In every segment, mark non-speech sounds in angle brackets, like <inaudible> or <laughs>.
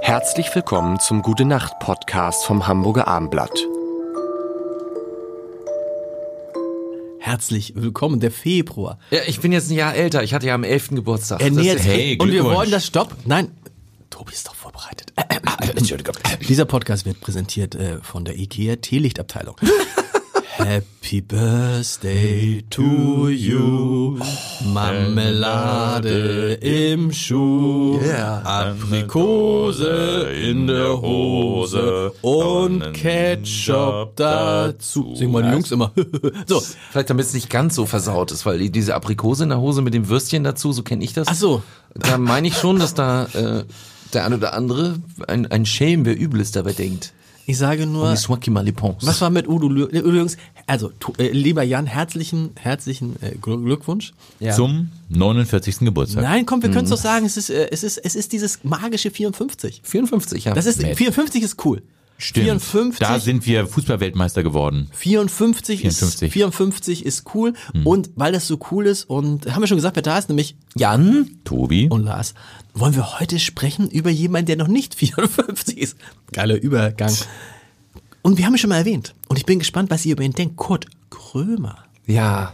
Herzlich willkommen zum Gute Nacht Podcast vom Hamburger Armblatt. Herzlich willkommen, der Februar. Ja, ich bin jetzt ein Jahr älter. Ich hatte ja am 11. Geburtstag. Er nähert ist- sich. hey, Und wir Glückwunsch. Ah, wollen das Stopp. Nein, Tobi ist doch vorbereitet. äh, Entschuldigung. Dieser Podcast wird präsentiert äh, von der IKEA <laughs> Teelichtabteilung. Happy Birthday to Oh, you. Marmelade im Schuh. Aprikose in der Hose. Oh, Und Ketchup dazu. Singen meine Jungs immer. <laughs> so. Vielleicht damit es nicht ganz so versaut ist, weil die- diese Aprikose in der Hose mit dem Würstchen dazu, so kenne ich das. Ach so. Da meine ich schon, dass da äh, der ein oder andere ein, ein Schelm, wer Übles dabei denkt. Ich sage nur. Die Swaki Malipons. Was war mit Udo Lü- äh, Übrigens, also tu- äh, lieber Jan, herzlichen, herzlichen äh, Gl- Glückwunsch. Ja. Zum 49. Geburtstag. Nein, komm, wir können es Mhm. doch sagen, es ist, äh, es, ist, es ist dieses magische 54. 54, ja. Das ist, Nett. 54 ist cool. Stimmt. 54, Da sind wir Fußballweltmeister geworden. 54, 54. Ist, 54 ist cool Mhm. und weil das so cool ist und haben wir schon gesagt, wer da ist, nämlich Jan? Tobi. und Lars, wollen wir heute sprechen über jemanden, der noch nicht <laughs> 54 ist. Geiler Übergang. Und wir haben ihn schon mal erwähnt und ich bin gespannt, was ihr über ihn denkt. Kurt Krömer. Ja.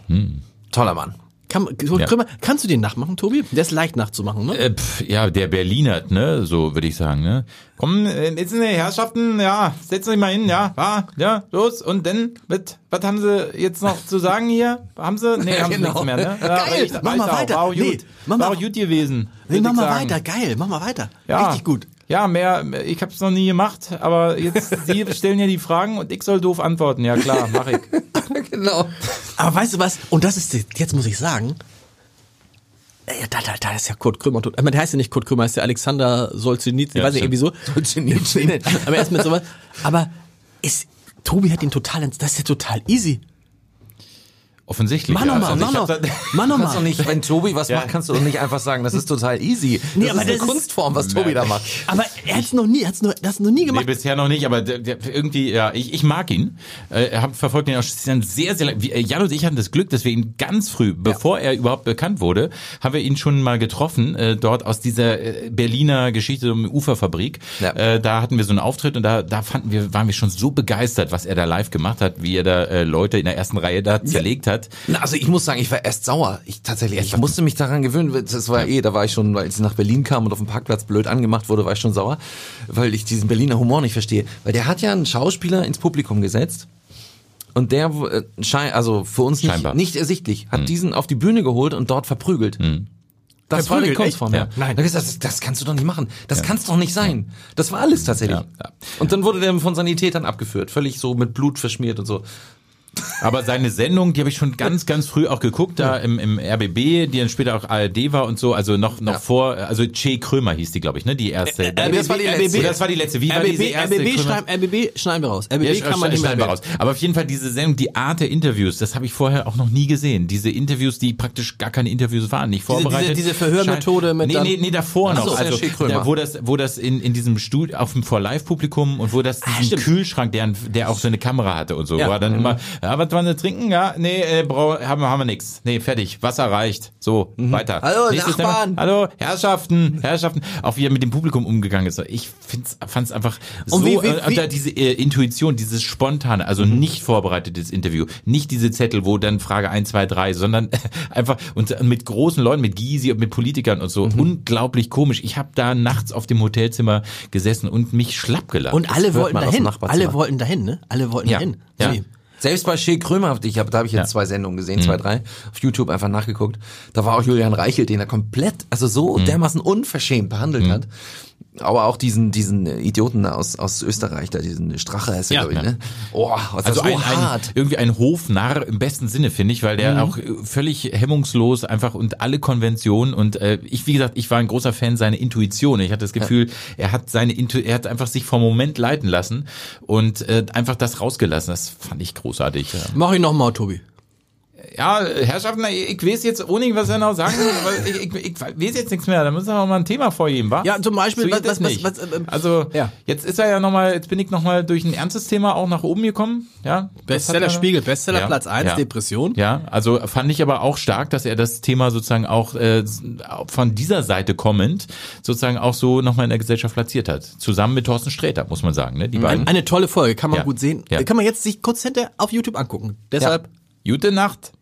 Toller Mann. Kann, Kurt Krömer, kannst du den nachmachen, Tobi? Der ist leicht nachzumachen, ne? Äh, pf, ja, der Berliner, ne? So würde ich sagen, ne? Komm, äh, jetzt sind die Herrschaften, ja, setzen Sie mal hin, ja, ah, ja, los. Und dann, mit, was haben Sie jetzt noch zu sagen hier? Haben Sie? Nee, haben Genau. Sie nichts mehr, ne? Ja, Geil, reicht- mach mal reicht auch. weiter. War auch gut. Nee, mach mal- War auch gut gewesen. nee, würd mach ich mal sagen. weiter, geil, mach mal weiter. Ja. Richtig gut. Ja, mehr, mehr- ich hab's noch nie gemacht, aber jetzt, <laughs> Sie stellen ja die Fragen und ich soll doof antworten. Ja klar, mach ich. Genau. Aber weißt du was? Und das ist, die- jetzt muss ich sagen, äh, da, da, da ist ja Kurt Krömer tot. Ich meine, der heißt ja nicht Kurt Krömer, heißt ja Alexander Solzhenitsyn, Ja, weiß ich irgendwie so. Solzhenitsyn. <laughs> Aber erst mit sowas. Aber ist, Tobi hat ihn total, ins- das ist ja total easy. oh Offensichtlich. Mach ja. nochmal, Also mach ich hab's nochmal, <laughs> halt- mach Kannst du nochmal. nicht, wenn Tobi was Ja. macht, kannst du doch nicht einfach sagen, das ist total easy. Das Nee, ist aber eine das ist- Kunstform, was Tobi da macht. Aber er hat es noch nie, hat's noch, das noch nie Nee, gemacht. bisher noch nicht, aber der, der, irgendwie, ja, ich, ich mag ihn. Äh, hab, verfolgt ihn auch schon sehr, sehr lange. Wir- äh, Jan und ich hatten das Glück, dass wir ihn ganz früh, bevor er überhaupt bekannt wurde, haben wir ihn schon mal getroffen, äh, dort aus dieser äh, Berliner Geschichte um die Uferfabrik. Ja. Äh, da hatten wir so einen Auftritt und da, da fanden wir, waren wir schon so begeistert, was er da live gemacht hat, wie er da äh, Leute in der ersten Reihe da zerlegt hat. Na, also ich muss sagen, ich war erst sauer. Ich tatsächlich, ich musste mich daran gewöhnen. weil Das war eh, da war ich schon, als ich nach Berlin kam und auf dem Parkplatz blöd angemacht wurde, war ich schon sauer, weil ich diesen Berliner Humor nicht verstehe. Weil der hat ja einen Schauspieler ins Publikum gesetzt. Und der, äh, schein, also für uns nicht, Scheinbar. Hm. nicht ersichtlich, hat diesen auf die Bühne geholt und dort verprügelt. Das Verprügelt, war der echt? Kunstform. Ja. Ja. Nein. Da hab ich gesagt, Das, das kannst du doch nicht machen. Das kann's doch nicht sein. Das war alles tatsächlich. Ja, ja. Und dann wurde der von Sanitätern abgeführt, völlig so mit Blut verschmiert und so. Aber seine Sendung, die habe ich schon ganz, ganz früh auch geguckt, da im, im RBB, die dann später auch ARD war und so, also noch, noch vor, also Che Krömer hieß die, glaube ich, ne, die erste. RBB, das war die letzte. So, das war die letzte. Wie war diese RBB, erste? RBB, Krömer- schneiden, RBB schneiden wir raus. RBB Ja, Äh, kann man schneiden nicht mehr wir erwähnen. raus. Aber auf jeden Fall diese Sendung, die Art der Interviews, das habe ich vorher auch noch nie gesehen. Diese Interviews, die praktisch gar keine Interviews waren, nicht vorbereitet. diese- diese Verhörmethode mit Nee, dann- nee, nee, davor Ach so, noch. das ist ja Also, Schick Krömer. da, wo das, wo das in, in diesem Stuhl auf dem Vor-Live-Publikum und wo das diesen Ah, stimmt. Kühlschrank, der, der auch so eine Kamera hatte und so, Ja. Mhm. war dann immer, ja, was wollen wir trinken? Ja, nee, äh, brau, haben, wir- haben wir nix. Nee, fertig. Wasser reicht. So, Mhm. weiter. Hallo, Thema. Nachbarn. Hallo, Herrschaften, Herrschaften. Auch wie er mit dem Publikum umgegangen ist. Ich fand es einfach so, Und wie- wie- äh, wie- da diese äh, Intuition, dieses spontane, also Mhm. nicht vorbereitetes Interview, nicht diese Zettel, wo dann Frage 1, 2, 3, sondern <laughs> einfach und mit großen Leuten, mit Gysi und mit Politikern und so, Mhm. unglaublich komisch. Ich habe da nachts auf dem Hotelzimmer gesessen und mich schlapp gelacht. Und alle hört wollten man aus dahin. dem Nachbarzimmer. Alle wollten dahin, ne? Alle wollten Ja. dahin. Ja. Nee. Selbst bei Shea Krömer, hab ich hab, da habe ich jetzt Ja. Mhm. zwei Sendungen gesehen, zwei, drei, auf YouTube einfach nachgeguckt. Da war auch Julian Reichelt, den er komplett, also Mhm. so dermaßen unverschämt behandelt hat. Aber auch diesen, diesen Idioten aus, aus Österreich, da diesen Strache heißt er, Ja, glaube ich, ja. ne? Oh, was also das Also ein, so ein, hart. irgendwie ein Hofnarr im besten Sinne, finde ich, weil der auch äh, völlig hemmungslos einfach und alle Konventionen und äh, ich, wie gesagt, ich war ein großer Fan seiner Intuition. Ich hatte das Gefühl, er hat seine Intu er hat einfach sich vom Moment leiten lassen und äh, einfach das rausgelassen. Das fand ich großartig. Ja. Mach ihn nochmal, Tobi. ja, Herrschaften, ich weiß jetzt ohne was genau sagen, weil ich, ich, ich weiß jetzt nichts mehr. Da müssen wir auch mal ein Thema vorgeben, wa? Ja, zum Beispiel, so was- was, das was- nicht. was- was, ähm, also, ja. jetzt ist er ja nochmal, jetzt bin ich nochmal durch ein ernstes Thema auch nach oben gekommen. Ja, Das hat Bestseller er- Spiegel, Bestseller Ja, Platz 1, ja. Depression. Ja, also fand ich aber auch stark, dass er das Thema sozusagen auch äh, von dieser Seite kommend sozusagen auch so nochmal in der Gesellschaft platziert hat. Zusammen mit Thorsten Sträter, muss man sagen, ne? Die beiden. Eine tolle Folge, kann man Ja. gut sehen. Ja. Kann man jetzt sich kurz hinter auf YouTube angucken. Deshalb Gute Nacht.